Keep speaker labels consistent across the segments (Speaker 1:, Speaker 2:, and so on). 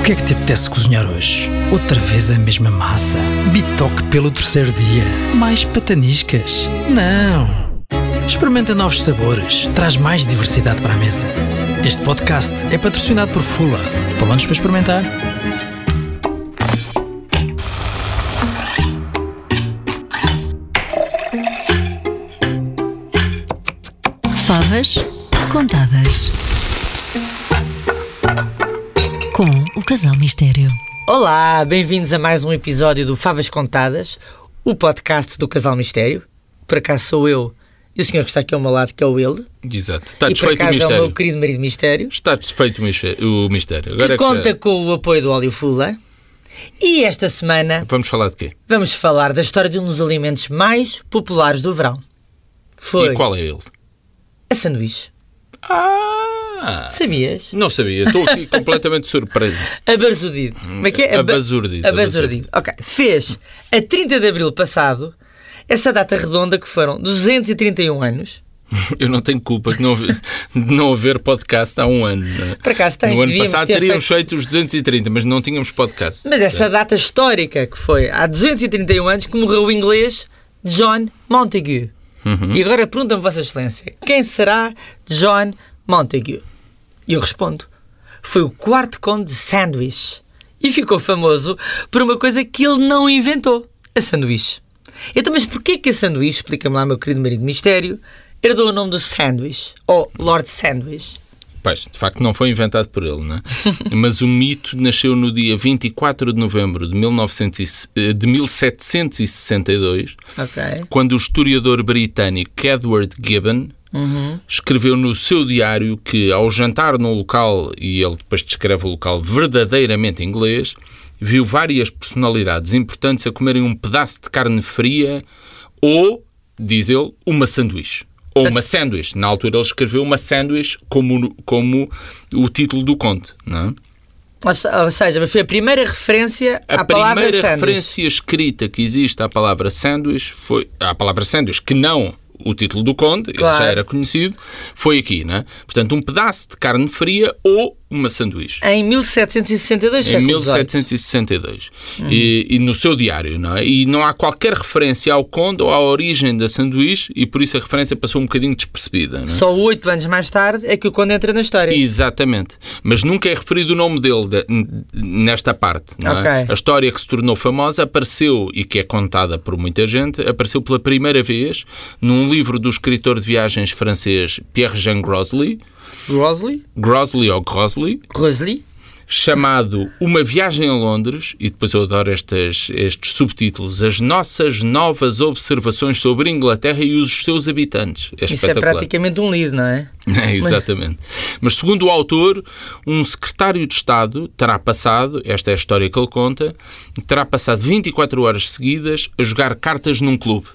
Speaker 1: O que é que te apetece cozinhar hoje? Outra vez a mesma massa? Bitoque pelo terceiro dia? Mais pataniscas? Não! Experimenta novos sabores, traz mais diversidade para a mesa. Este podcast é patrocinado por Fula. Palões para experimentar?
Speaker 2: Favas contadas. Com o Casal Mistério.
Speaker 3: Olá, bem-vindos a mais um episódio do Favas Contadas, o podcast do Casal Mistério. Por acaso sou eu e o senhor que está aqui ao meu lado, que é o ele.
Speaker 4: Exato. Está
Speaker 3: e por
Speaker 4: Ah, desfeito
Speaker 3: acaso
Speaker 4: o
Speaker 3: é o
Speaker 4: mistério.
Speaker 3: meu querido marido mistério,
Speaker 4: Está desfeito o misté- o mistério. Agora
Speaker 3: que
Speaker 4: é que
Speaker 3: conta com o apoio do Óleo Fula. E esta semana
Speaker 4: Vamos falar de quê?
Speaker 3: vamos falar da história de um dos alimentos mais populares do verão. Foi
Speaker 4: E qual é ele?
Speaker 3: a sanduíche.
Speaker 4: Ah!
Speaker 3: Sabias?
Speaker 4: Não sabia. Estou aqui completamente surpreso.
Speaker 3: Abarzudido.
Speaker 4: Hum,
Speaker 3: Como é que é? Aba-
Speaker 4: Abasurdido.
Speaker 3: Abasurdido. Ok. Fez a 30 de abril passado essa data redonda que foram 231 anos.
Speaker 4: abasurdido. Eu não tenho culpa de não, haver- de não haver podcast há um ano. não é?
Speaker 3: Por acaso tens,
Speaker 4: no ano
Speaker 3: devíamos
Speaker 4: passado
Speaker 3: ter
Speaker 4: teríamos feito os 230, mas não tínhamos podcast.
Speaker 3: Mas é essa data histórica que foi há 231 anos que morreu o inglês John Montague.
Speaker 4: Uhum.
Speaker 3: E agora perguntam-me, Vossa Excelência, quem será John Montague? E eu respondo: foi o quarto conde de Sandwich. E ficou famoso por uma coisa que ele não inventou: a sanduíche. Então, mas porquê que a sanduíche, explica-me lá, meu querido marido mistério, herdou o nome do Sandwich, ou Lord Sandwich?
Speaker 4: Pois, de facto, não foi inventado por ele, né? mas o mito nasceu no dia 24 de novembro de, 1900 e se- eh, de 1762,
Speaker 3: Ok.
Speaker 4: quando o historiador britânico Edward Gibbon escreveu no seu diário que, ao jantar num local, e ele depois descreve o local verdadeiramente inglês, viu várias personalidades importantes a comerem um pedaço de carne fria ou, diz ele, uma sanduíche. Ou uma sanduíche. Na altura ele escreveu uma sanduíche como, como o título do conto. Não é?
Speaker 3: Ou se- ou seja, mas foi a primeira referência
Speaker 4: A
Speaker 3: à palavra
Speaker 4: primeira
Speaker 3: sanduíche.
Speaker 4: referência escrita que existe à palavra sanduíche foi à palavra sanduíche que não o título do conde,
Speaker 3: Claro.
Speaker 4: ele já era conhecido, foi aqui, né? Portanto, um pedaço de carne fria ou uma sanduíche.
Speaker 3: Em 1762,
Speaker 4: Em
Speaker 3: século XVIII.
Speaker 4: 1762.
Speaker 3: Uhum.
Speaker 4: E, e no seu diário, não é? E não há qualquer referência ao conde ou à origem da sanduíche e por isso a referência passou um bocadinho despercebida, não é?
Speaker 3: Só oito anos mais tarde é que o conde entra na história.
Speaker 4: Exatamente. Mas nunca é referido o nome dele de- n- nesta parte. não é?
Speaker 3: Ok.
Speaker 4: A história que se tornou famosa apareceu, e que é contada por muita gente, apareceu pela primeira vez num livro do escritor de viagens francês Pierre-Jean Grosly,
Speaker 3: Rosley?
Speaker 4: Grosly ou Grosly,
Speaker 3: Rosley?
Speaker 4: chamado Uma Viagem a Londres, e depois eu adoro estas, estes subtítulos, As Nossas Novas Observações sobre a Inglaterra e os Seus Habitantes. É
Speaker 3: Isso é
Speaker 4: espetacular.
Speaker 3: praticamente um livro, não é?
Speaker 4: É, exatamente. Mas segundo o autor, um secretário de Estado terá passado, esta é a história que ele conta, terá passado 24 horas seguidas a jogar cartas num clube.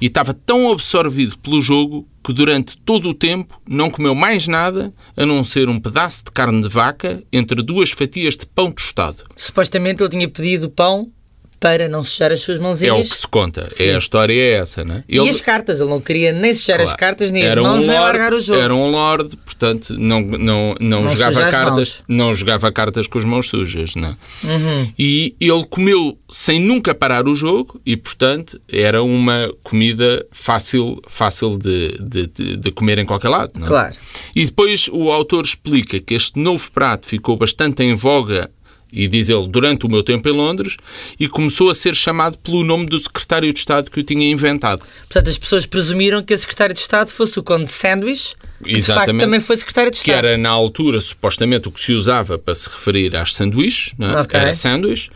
Speaker 4: E estava tão absorvido pelo jogo que durante todo o tempo não comeu mais nada a não ser um pedaço de carne de vaca entre duas fatias de pão tostado.
Speaker 3: Supostamente ele tinha pedido pão para não sujar as suas
Speaker 4: É o
Speaker 3: mãozinhas.
Speaker 4: que se conta. É a história é essa, né?
Speaker 3: E as cartas? Ele não queria nem sujar as
Speaker 4: Claro.
Speaker 3: cartas, nem
Speaker 4: Era
Speaker 3: as
Speaker 4: um
Speaker 3: mãos, nem
Speaker 4: lord-
Speaker 3: largar o jogo.
Speaker 4: Era um lord, portanto, não, não,
Speaker 3: Não
Speaker 4: não,
Speaker 3: suja
Speaker 4: jogava
Speaker 3: as
Speaker 4: cartas, não jogava cartas com as mãos sujas, não.
Speaker 3: Uhum.
Speaker 4: E ele comeu sem nunca parar o jogo e, portanto, era uma comida fácil, fácil de, de- de- de comer em qualquer lado, não é?
Speaker 3: Claro.
Speaker 4: E depois o autor explica que este novo prato ficou bastante em voga e diz ele, durante o meu tempo em Londres, e começou a ser chamado pelo nome do secretário de Estado que o tinha inventado.
Speaker 3: Portanto, as pessoas presumiram que a secretária de Estado fosse o conde de Sandwich, que de facto
Speaker 4: Exatamente.
Speaker 3: também foi secretário de
Speaker 4: que
Speaker 3: Estado.
Speaker 4: era na altura supostamente o que se usava para se referir às sanduíches, não é?
Speaker 3: Ok.
Speaker 4: era sanduíche,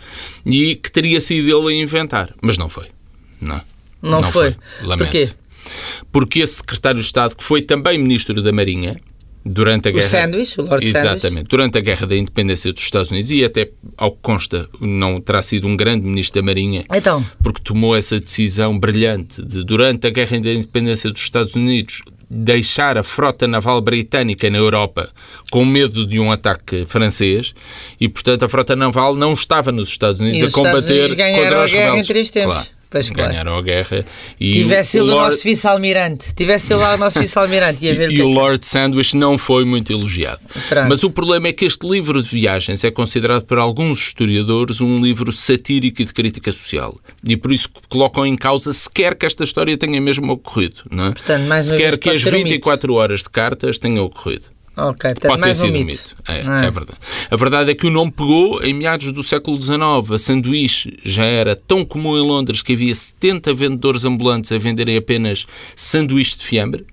Speaker 4: e que teria sido ele a inventar, mas não foi. Não, é?
Speaker 3: Não foi.
Speaker 4: Lamento.
Speaker 3: Porquê?
Speaker 4: Porque esse secretário de Estado, que foi também ministro da Marinha, durante a guerra.
Speaker 3: sanduíche, o Lord
Speaker 4: Exatamente.
Speaker 3: Sanduíche.
Speaker 4: Durante a guerra da independência dos Estados Unidos, e até ao que consta, não terá sido um grande ministro da Marinha
Speaker 3: Então,
Speaker 4: porque tomou essa decisão brilhante de, durante a Guerra da Independência dos Estados Unidos, deixar a frota naval britânica na Europa com medo de um ataque francês e, portanto, a frota naval não estava nos Estados Unidos
Speaker 3: E
Speaker 4: a
Speaker 3: os Estados
Speaker 4: combater
Speaker 3: Unidos ganharam
Speaker 4: contra
Speaker 3: a
Speaker 4: os
Speaker 3: guerra
Speaker 4: rebeldes.
Speaker 3: em três tempos.
Speaker 4: Claro.
Speaker 3: Pois, claro.
Speaker 4: ganharam a guerra. E
Speaker 3: Tivesse
Speaker 4: o
Speaker 3: ele o
Speaker 4: Lord-
Speaker 3: nosso vice-almirante. Tivesse ele lá o nosso vice-almirante. Ia ver
Speaker 4: E,
Speaker 3: que
Speaker 4: e o
Speaker 3: é que-
Speaker 4: Lord Sandwich não foi muito elogiado.
Speaker 3: Pronto.
Speaker 4: Mas o problema é que este livro de viagens é considerado por alguns historiadores um livro satírico e de crítica social. E por isso colocam em causa sequer que esta história tenha mesmo ocorrido. Não é?
Speaker 3: Portanto, mais uma
Speaker 4: sequer
Speaker 3: vez,
Speaker 4: que
Speaker 3: pode
Speaker 4: as
Speaker 3: ser um mito.
Speaker 4: 24 horas de cartas tenham ocorrido.
Speaker 3: Ok, portanto,
Speaker 4: Pode ter
Speaker 3: mais um
Speaker 4: sido um
Speaker 3: mito.
Speaker 4: mito. É,
Speaker 3: Não é?
Speaker 4: é verdade. A verdade é que o nome pegou em meados do século XIX. A sanduíche já era tão comum em Londres que havia 70 vendedores ambulantes a venderem apenas sanduíche de fiambre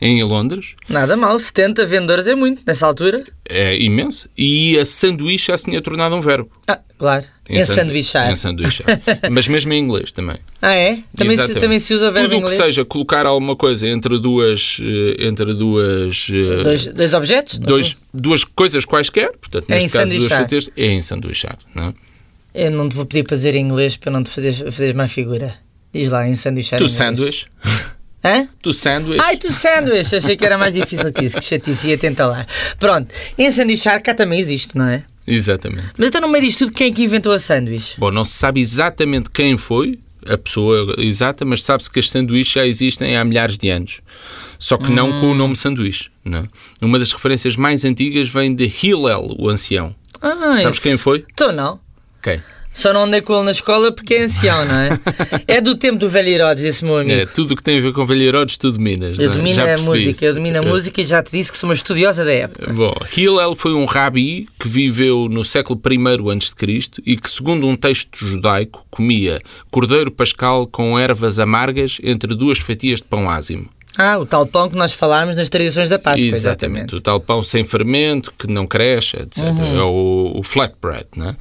Speaker 4: em Londres.
Speaker 3: Nada mal, 70 vendedores é muito, nessa altura.
Speaker 4: É imenso. E a sanduíche já se tinha tornado um verbo.
Speaker 3: Ah, claro. Ensanduichar.
Speaker 4: Em sanduíchar. Mas mesmo em inglês também.
Speaker 3: Ah, é? Também se,
Speaker 4: Exatamente.
Speaker 3: também se usa o verbo
Speaker 4: Tudo
Speaker 3: em
Speaker 4: o que
Speaker 3: inglês?
Speaker 4: seja colocar alguma coisa entre duas... eh, Entre duas... eh,
Speaker 3: Dois, dois objetos?
Speaker 4: dois- duas coisas quaisquer, portanto,
Speaker 3: É
Speaker 4: neste caso duas
Speaker 3: ensanduichar.
Speaker 4: chuteiras, é ensanduichar, não é?
Speaker 3: Eu não te vou pedir para dizer em inglês para não te fazeres, fazeres má figura. Diz lá, ensanduichar. em
Speaker 4: Tu
Speaker 3: inglês.
Speaker 4: sanduíche.
Speaker 3: Hã?
Speaker 4: Tu sanduíche.
Speaker 3: Ai, tu sanduíche! Achei que era mais difícil que isso, que chatice, ia tentar lá. Pronto, ensanduichar cá também existe, não é?
Speaker 4: Exatamente.
Speaker 3: Mas então no meio disto tudo, quem é que inventou a sanduíche?
Speaker 4: Bom, não se sabe exatamente quem foi a pessoa exata, mas sabe-se que as sanduíches já existem há milhares de anos. Só que não com o nome sanduíche. Não. é? Uma das referências mais antigas vem de Hillel, o ancião.
Speaker 3: Ah,
Speaker 4: Sabes quem foi?
Speaker 3: Então não.
Speaker 4: Quem?
Speaker 3: Só não andei com ele na escola porque é ancião, não é? é do tempo do velho Herodes, esse meu amigo.
Speaker 4: É, tudo o que tem a ver com Velherodes, tu dominas.
Speaker 3: Eu
Speaker 4: não é?
Speaker 3: domino
Speaker 4: Já
Speaker 3: a
Speaker 4: percebi
Speaker 3: música,
Speaker 4: isso. É.
Speaker 3: eu domino a música e já te disse que sou uma estudiosa da época.
Speaker 4: Bom, Hillel foi um rabi que viveu no século I a.C. e que, segundo um texto judaico, comia cordeiro pascal com ervas amargas entre duas fatias de pão ázimo.
Speaker 3: Ah, o tal pão que nós falámos nas tradições da Páscoa.
Speaker 4: exatamente. O tal pão sem fermento, que não cresce, etc. É o, o flatbread, não é?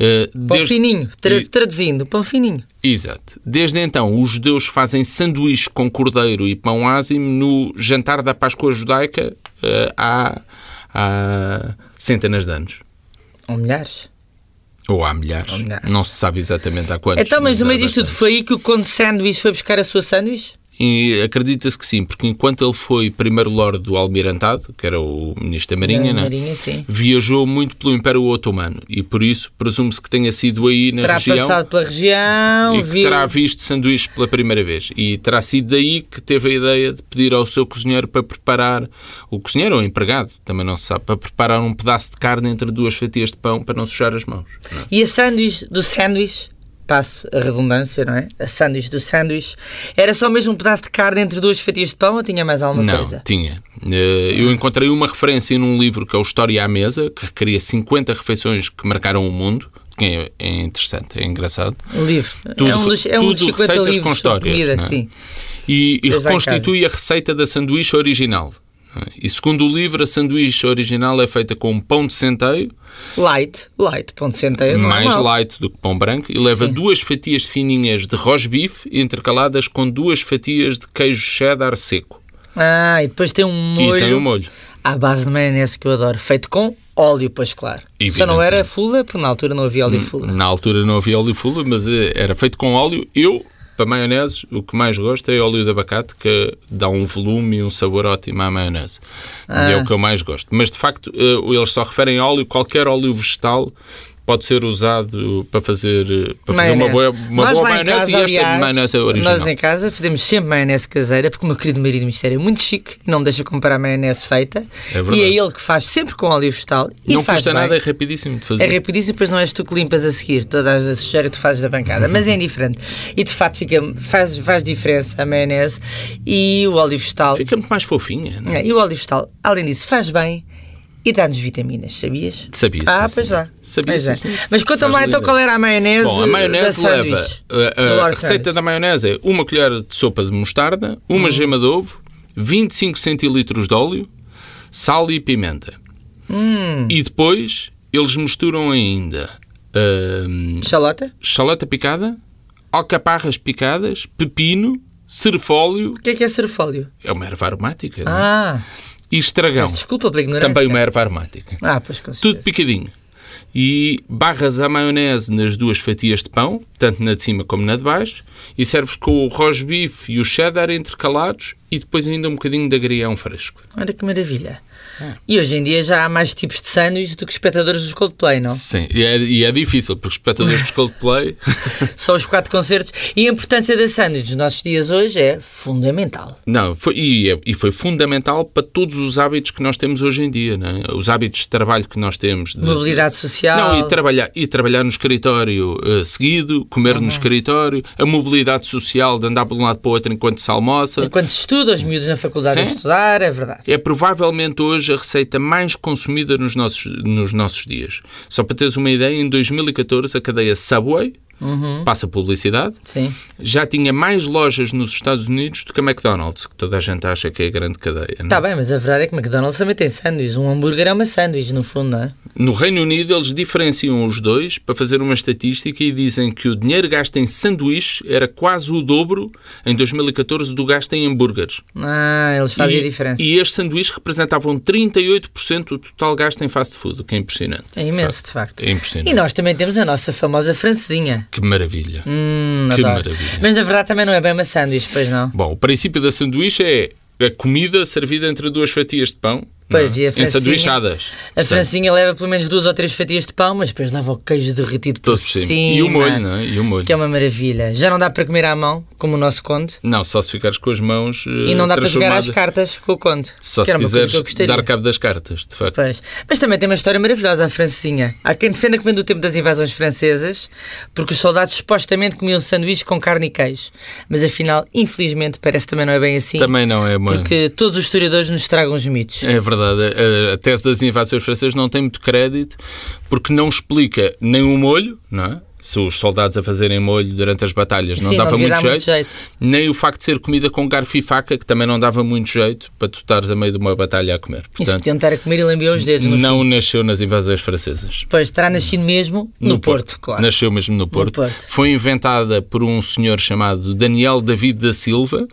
Speaker 4: Eh,
Speaker 3: Uhum. Pão
Speaker 4: desde-
Speaker 3: fininho, tra-
Speaker 4: E-
Speaker 3: traduzindo, pão fininho.
Speaker 4: Exato. Desde então, os judeus fazem sanduíche com cordeiro e pão ázimo no jantar da Páscoa judaica eh, há, há centenas de anos.
Speaker 3: Ou milhares.
Speaker 4: Ou há milhares.
Speaker 3: milhares.
Speaker 4: Não se sabe exatamente há quantos.
Speaker 3: então, mas no
Speaker 4: há
Speaker 3: meio disto tudo,
Speaker 4: bastantes.
Speaker 3: foi aí que o Conde Sandwich foi buscar a sua sanduíche?
Speaker 4: E acredita-se que sim, porque enquanto ele foi primeiro lord do Almirantado, que era o ministro da Marinha, né?
Speaker 3: Marinha, sim.
Speaker 4: viajou muito pelo Império Otomano e por isso presume-se que tenha sido aí na
Speaker 3: Terá
Speaker 4: região
Speaker 3: passado pela região,
Speaker 4: e que
Speaker 3: viu...
Speaker 4: terá visto sanduíche pela primeira vez. E terá sido daí que teve a ideia de pedir ao seu cozinheiro para preparar, o cozinheiro ou empregado, também não se sabe, para preparar um pedaço de carne entre duas fatias de pão para não sujar as mãos.
Speaker 3: E a sanduíche do sanduíche, passo a redundância, não é? A sanduíche do sanduíche, era só mesmo um pedaço de carne entre duas fatias de pão ou tinha mais alguma
Speaker 4: não,
Speaker 3: coisa?
Speaker 4: tinha. Eh, Eu encontrei uma referência num livro que é o História à Mesa, que recria 50 refeições que marcaram o mundo, que é- é interessante, é engraçado.
Speaker 3: Um livro.
Speaker 4: Tudo-
Speaker 3: é um dos, é um
Speaker 4: tudo
Speaker 3: dos 50
Speaker 4: receitas
Speaker 3: livros
Speaker 4: com história,
Speaker 3: de comida,
Speaker 4: não é?
Speaker 3: sim.
Speaker 4: e,
Speaker 3: Fez
Speaker 4: e
Speaker 3: lá em
Speaker 4: reconstitui a receita da sanduíche original. E segundo o livro, a sanduíche original é feita com pão de centeio,
Speaker 3: Light, light, ponto centeio. não é
Speaker 4: mais
Speaker 3: mau.
Speaker 4: light do que pão branco, e leva duas fatias fininhas de rosbife intercaladas com duas fatias de queijo cheddar seco.
Speaker 3: Ah, e depois tem um molho,
Speaker 4: E tem um molho.
Speaker 3: à base de maionese que eu adoro, feito com óleo, pois claro. Só não era fula, porque na altura não havia óleo fula.
Speaker 4: Na altura não havia óleo full, mas eh, era feito com óleo. Eu, para maioneses, o que mais gosto é óleo de abacate, que dá um volume e um sabor ótimo à maionese. É
Speaker 3: Ah.
Speaker 4: o que eu mais gosto. Mas, de facto, eh, eles só referem a óleo, qualquer óleo vegetal pode ser usado para fazer, eh, para fazer uma boa, uma
Speaker 3: Nós
Speaker 4: boa
Speaker 3: lá em
Speaker 4: maionese
Speaker 3: casa,
Speaker 4: e esta
Speaker 3: aliás,
Speaker 4: maionese é original.
Speaker 3: Nós em casa fazemos sempre maionese caseira, porque o meu querido marido mistério é muito chique e não me deixa comprar maionese feita.
Speaker 4: É verdade.
Speaker 3: e é ele que faz sempre com óleo vegetal. E
Speaker 4: Não
Speaker 3: faz
Speaker 4: custa
Speaker 3: bem.
Speaker 4: nada, é rapidíssimo de fazer.
Speaker 3: É rapidíssimo, depois não és tu que limpas a seguir toda a sujeira que tu fazes da bancada, mas é indiferente. E de facto fica, faz, faz diferença a maionese e o óleo vegetal.
Speaker 4: Fica muito mais fofinha. Não? é?
Speaker 3: É, E o óleo vegetal, além disso, faz bem e dá-nos vitaminas, sabias?
Speaker 4: Sabia,
Speaker 3: Ah,
Speaker 4: sim,
Speaker 3: pois
Speaker 4: senhor.
Speaker 3: lá.
Speaker 4: Sabia,
Speaker 3: Pois
Speaker 4: sim,
Speaker 3: é.
Speaker 4: senhor.
Speaker 3: Mas conta
Speaker 4: Faz
Speaker 3: lá então
Speaker 4: lembrar.
Speaker 3: qual era a maionese.
Speaker 4: Bom,
Speaker 3: eh,
Speaker 4: a
Speaker 3: da
Speaker 4: maionese
Speaker 3: sanduíche?
Speaker 4: leva a-
Speaker 3: Do
Speaker 4: a,
Speaker 3: Lord
Speaker 4: receita
Speaker 3: Sandwich.
Speaker 4: da maionese é uma colher de sopa de mostarda, uma
Speaker 3: Hum.
Speaker 4: gema de ovo, 25 centilitros de óleo, sal e pimenta.
Speaker 3: Hum.
Speaker 4: E depois eles misturam ainda hum,
Speaker 3: Xalota?
Speaker 4: chalota picada, alcaparras picadas, pepino, cerfólio,
Speaker 3: O que é que é serfólio?
Speaker 4: é uma erva aromática, não é?
Speaker 3: Ah, é
Speaker 4: e estragão,
Speaker 3: desculpa pela ignorância.
Speaker 4: também uma erva aromática.
Speaker 3: Ah, pois com
Speaker 4: Tudo
Speaker 3: certeza.
Speaker 4: picadinho. E barras a maionese nas duas fatias de pão, tanto na de cima como na de baixo, e serves com o rosbife e o cheddar intercalados e depois ainda um bocadinho de agrião fresco.
Speaker 3: Olha que maravilha.
Speaker 4: Ah.
Speaker 3: E hoje em dia já há mais tipos de sânios do que espectadores dos Coldplay, não?
Speaker 4: Sim, e é, e é difícil, porque os espectadores dos Coldplay
Speaker 3: Só os quatro concertos. E a importância da sânios nos nossos dias hoje é fundamental.
Speaker 4: Não, foi, e, é- e foi fundamental para todos os hábitos que nós temos hoje em dia, não é? Os hábitos de trabalho que nós temos. de-
Speaker 3: Mobilidade social.
Speaker 4: Não, e trabalhar, e trabalhar no escritório eh, seguido, comer no escritório, a mobilidade social de andar de um lado para o outro enquanto se almoça.
Speaker 3: Enquanto se estuda, os miúdos na faculdade a
Speaker 4: Sim.
Speaker 3: estudar, é verdade.
Speaker 4: É provavelmente hoje a receita mais consumida nos nossos, nos nossos dias. Só para teres uma ideia, em 2014 a cadeia Subway, passa publicidade,
Speaker 3: Sim.
Speaker 4: já tinha mais lojas nos Estados Unidos do que a McDonald's, que toda a gente acha que é a grande cadeia. não é?
Speaker 3: Está bem, mas a verdade é que McDonald's também tem sanduíches. Um hambúrguer é uma sanduíche, no fundo, não é?
Speaker 4: No Reino Unido, eles diferenciam os dois para fazer uma estatística e dizem que o dinheiro gasto em sanduíches era quase o dobro em 2014 do gasto em hambúrgueres.
Speaker 3: Ah, eles fazem
Speaker 4: e,
Speaker 3: a diferença.
Speaker 4: E estes sanduíches representavam 38% do total gasto em fast food, o que é impressionante.
Speaker 3: é imenso, de facto.
Speaker 4: É impressionante.
Speaker 3: E nós também temos a nossa famosa francesinha.
Speaker 4: Que maravilha.
Speaker 3: Hum,
Speaker 4: que
Speaker 3: adoro.
Speaker 4: maravilha.
Speaker 3: Mas na verdade também não é bem uma sanduíche, pois não?
Speaker 4: Bom, o princípio da sanduíche é a comida servida entre duas fatias de pão.
Speaker 3: Pois,
Speaker 4: não é?
Speaker 3: e a francesinha-
Speaker 4: Ensanduichadas.
Speaker 3: A
Speaker 4: Portanto,
Speaker 3: francinha leva pelo menos duas ou três fatias de pão, mas depois leva o queijo derretido por
Speaker 4: todo por
Speaker 3: cima.
Speaker 4: cima. E o molho, não é? E o molho.
Speaker 3: Que é uma maravilha. Já não dá para comer à mão, como o nosso conde.
Speaker 4: Não, só se ficares com as mãos
Speaker 3: E não dá para jogar às
Speaker 4: cartas.
Speaker 3: cartas com o conde.
Speaker 4: Eh, Só
Speaker 3: que
Speaker 4: se
Speaker 3: era uma
Speaker 4: quiseres
Speaker 3: coisa que eu gostaria.
Speaker 4: dar cabo das cartas, de facto.
Speaker 3: Pois. Mas também tem uma história maravilhosa a francesinha. Há quem defenda que vem do tempo das invasões francesas, porque os soldados supostamente comiam sanduíches com carne e queijo. Mas afinal, infelizmente, parece que também não é bem assim.
Speaker 4: Também não é uma...
Speaker 3: Porque todos os historiadores nos tragam os mitos.
Speaker 4: É verdade, a, a tese das invasões francesas não tem muito crédito porque não explica nem o molho, não é? Se os soldados a fazerem molho durante as batalhas não
Speaker 3: Sim, não
Speaker 4: dava
Speaker 3: devia
Speaker 4: muito,
Speaker 3: dar muito
Speaker 4: jeito,
Speaker 3: jeito.
Speaker 4: nem o facto de ser comida com garfo e faca, que também não dava muito jeito para tu estares a meio de uma batalha a
Speaker 3: E
Speaker 4: comer.
Speaker 3: se
Speaker 4: Portanto,
Speaker 3: podiam estar a comer e lambiam os dedos, no fim.
Speaker 4: não nasceu nas invasões francesas.
Speaker 3: Pois, terá nascido mesmo no, Porto, claro.
Speaker 4: Nasceu mesmo no Porto.
Speaker 3: Porto.
Speaker 4: Foi inventada por um senhor chamado Daniel David da Silva,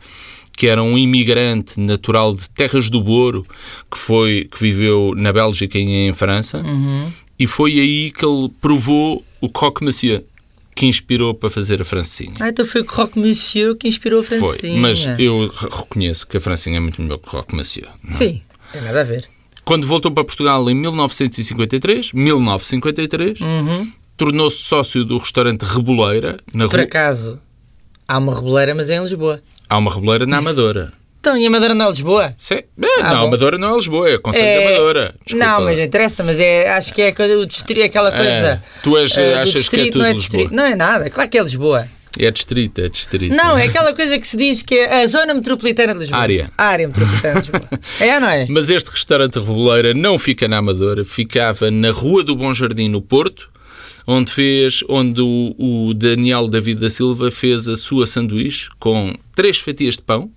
Speaker 4: que era um imigrante natural de Terras do Boro, que, foi, que viveu na Bélgica e em França.
Speaker 3: Uhum.
Speaker 4: E foi aí que ele provou o croque monsieur, que inspirou para fazer a francinha.
Speaker 3: Ah, então foi o Croque Monsieur que inspirou a
Speaker 4: Foi,
Speaker 3: francesinha.
Speaker 4: mas eu re- reconheço que a francinha é muito melhor que o croque monsieur.
Speaker 3: Sim, tem nada a ver.
Speaker 4: Quando voltou para Portugal em 1953, 1953, tornou-se sócio do restaurante Reboleira, na
Speaker 3: Uhum. Por
Speaker 4: rua,
Speaker 3: acaso, há uma reboleira, mas é em Lisboa.
Speaker 4: Há uma reboleira na Amadora.
Speaker 3: Então, e a Madeira não é Lisboa?
Speaker 4: Sim. É,
Speaker 3: Ah,
Speaker 4: não,
Speaker 3: bom.
Speaker 4: Amadora não é Lisboa, é Conselho de Amadora. Desculpa.
Speaker 3: Não, mas não interessa, mas é, acho que é coisa- o distrito, é aquela coisa.
Speaker 4: tu és-
Speaker 3: eh, do
Speaker 4: achas que é tudo
Speaker 3: não é
Speaker 4: Lisboa?
Speaker 3: distrito, não é nada, claro que é Lisboa.
Speaker 4: É distrito, é distrito.
Speaker 3: Não, é aquela coisa que se diz que é a zona metropolitana de Lisboa.
Speaker 4: Área.
Speaker 3: A área metropolitana de Lisboa. é ou não é?
Speaker 4: Mas este restaurante Reboleira não fica na Amadora, ficava na Rua do Bom Jardim, no Porto, onde fez, onde o, o Daniel David da Silva fez a sua sanduíche com três fatias de pão,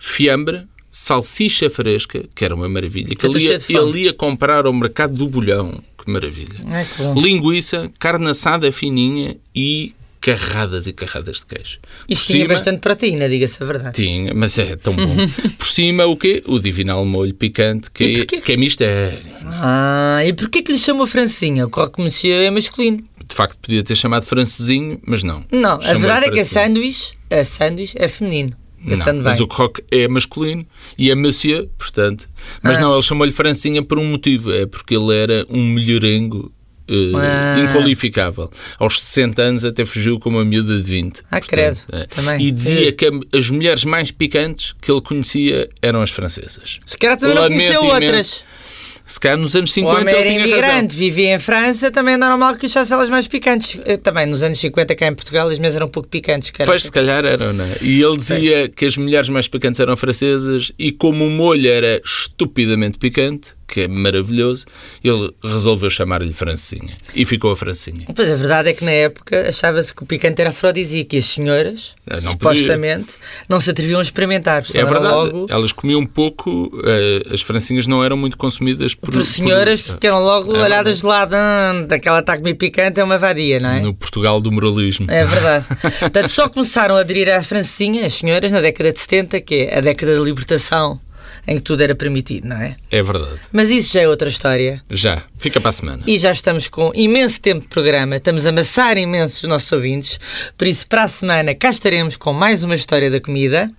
Speaker 4: fiambre, salsicha fresca, que era uma maravilha, que
Speaker 3: Eu tô
Speaker 4: ele ia,
Speaker 3: cheio de fome.
Speaker 4: ele ia comprar ao mercado do Bolhão. Que maravilha.
Speaker 3: Ai, é que bom.
Speaker 4: linguiça, carne assada fininha e carradas e carradas de queijo.
Speaker 3: Isto
Speaker 4: Por
Speaker 3: tinha
Speaker 4: cima-
Speaker 3: bastante proteína, diga-se a verdade.
Speaker 4: Tinha, mas é tão bom. Por cima, o quê? O divinal molho picante,
Speaker 3: E
Speaker 4: que,
Speaker 3: porquê?
Speaker 4: que é mistério.
Speaker 3: Ah, e porquê que lhe chamam Francinha? O Croque Monsieur é masculino.
Speaker 4: De facto, podia ter chamado francesinho, mas não.
Speaker 3: Não, a
Speaker 4: Chamou-lhe
Speaker 3: verdade é que a
Speaker 4: francesinho.
Speaker 3: sanduíche, a sanduíche é feminino. Pensando
Speaker 4: Não,
Speaker 3: bem.
Speaker 4: mas o croque é masculino e é monsieur, portanto. Mas
Speaker 3: Ah.
Speaker 4: não, ele chamou-lhe Francinha por um motivo. É porque ele era um melhorengo eh,
Speaker 3: Ah.
Speaker 4: inqualificável. Aos 60 anos até fugiu com uma miúda de 20.
Speaker 3: Ah, credo. Também. É.
Speaker 4: E dizia que a- as mulheres mais picantes que ele conhecia eram as francesas.
Speaker 3: Se calhar também não
Speaker 4: Lamento
Speaker 3: conheceu
Speaker 4: imenso.
Speaker 3: outras.
Speaker 4: Se calhar nos anos
Speaker 3: O
Speaker 4: 50
Speaker 3: homem era
Speaker 4: ele tinha razão.
Speaker 3: imigrante, vivia em França, também é normal que achasse elas mais picantes. Eh, Também nos anos 50, cá em Portugal, as mesas eram um pouco picantes, cara.
Speaker 4: Pois, se calhar eram, não é? E ele dizia que as mulheres mais picantes eram francesas e como o molho era estupidamente picante, que é maravilhoso, ele resolveu chamar-lhe Francinha. E ficou a Francinha.
Speaker 3: Pois a verdade é que na época achava-se que o picante era afrodisíaco e as senhoras,
Speaker 4: Ah, não
Speaker 3: supostamente, não se atreviam a experimentar. porque
Speaker 4: é
Speaker 3: senão era
Speaker 4: verdade,
Speaker 3: Logo
Speaker 4: elas comiam pouco, eh, as francinhas não eram muito consumidas por,
Speaker 3: por senhoras,
Speaker 4: por-
Speaker 3: porque eram logo
Speaker 4: É
Speaker 3: olhadas de lado, "Hum, daquela está a comer picante, é uma vadia, não é?
Speaker 4: no Portugal do moralismo.
Speaker 3: É verdade. Portanto, só começaram a aderir à francinha, as senhoras, na década de 70, que é a década da libertação, em que tudo era permitido, não é?
Speaker 4: É verdade.
Speaker 3: Mas isso já é outra história.
Speaker 4: Já, fica para a semana.
Speaker 3: E já estamos com imenso tempo de programa, estamos a amassar imenso os nossos ouvintes, por isso para a semana cá estaremos com mais uma história da comida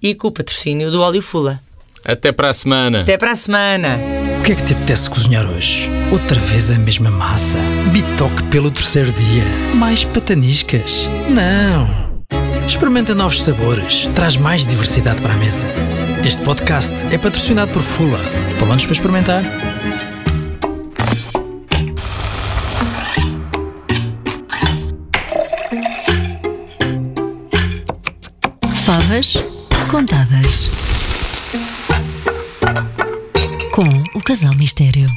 Speaker 3: e com o patrocínio do Óleo Fula.
Speaker 4: Até para a semana.
Speaker 3: Até para a semana.
Speaker 1: O que é que te apetece cozinhar hoje? Outra vez a mesma massa? Bitoque pelo terceiro dia? Mais pataniscas? Não! Experimenta novos sabores. Traz mais diversidade para a mesa. Este podcast é patrocinado por Fula. Prontos para experimentar?
Speaker 2: Favas contadas. Com o Casal Mistério.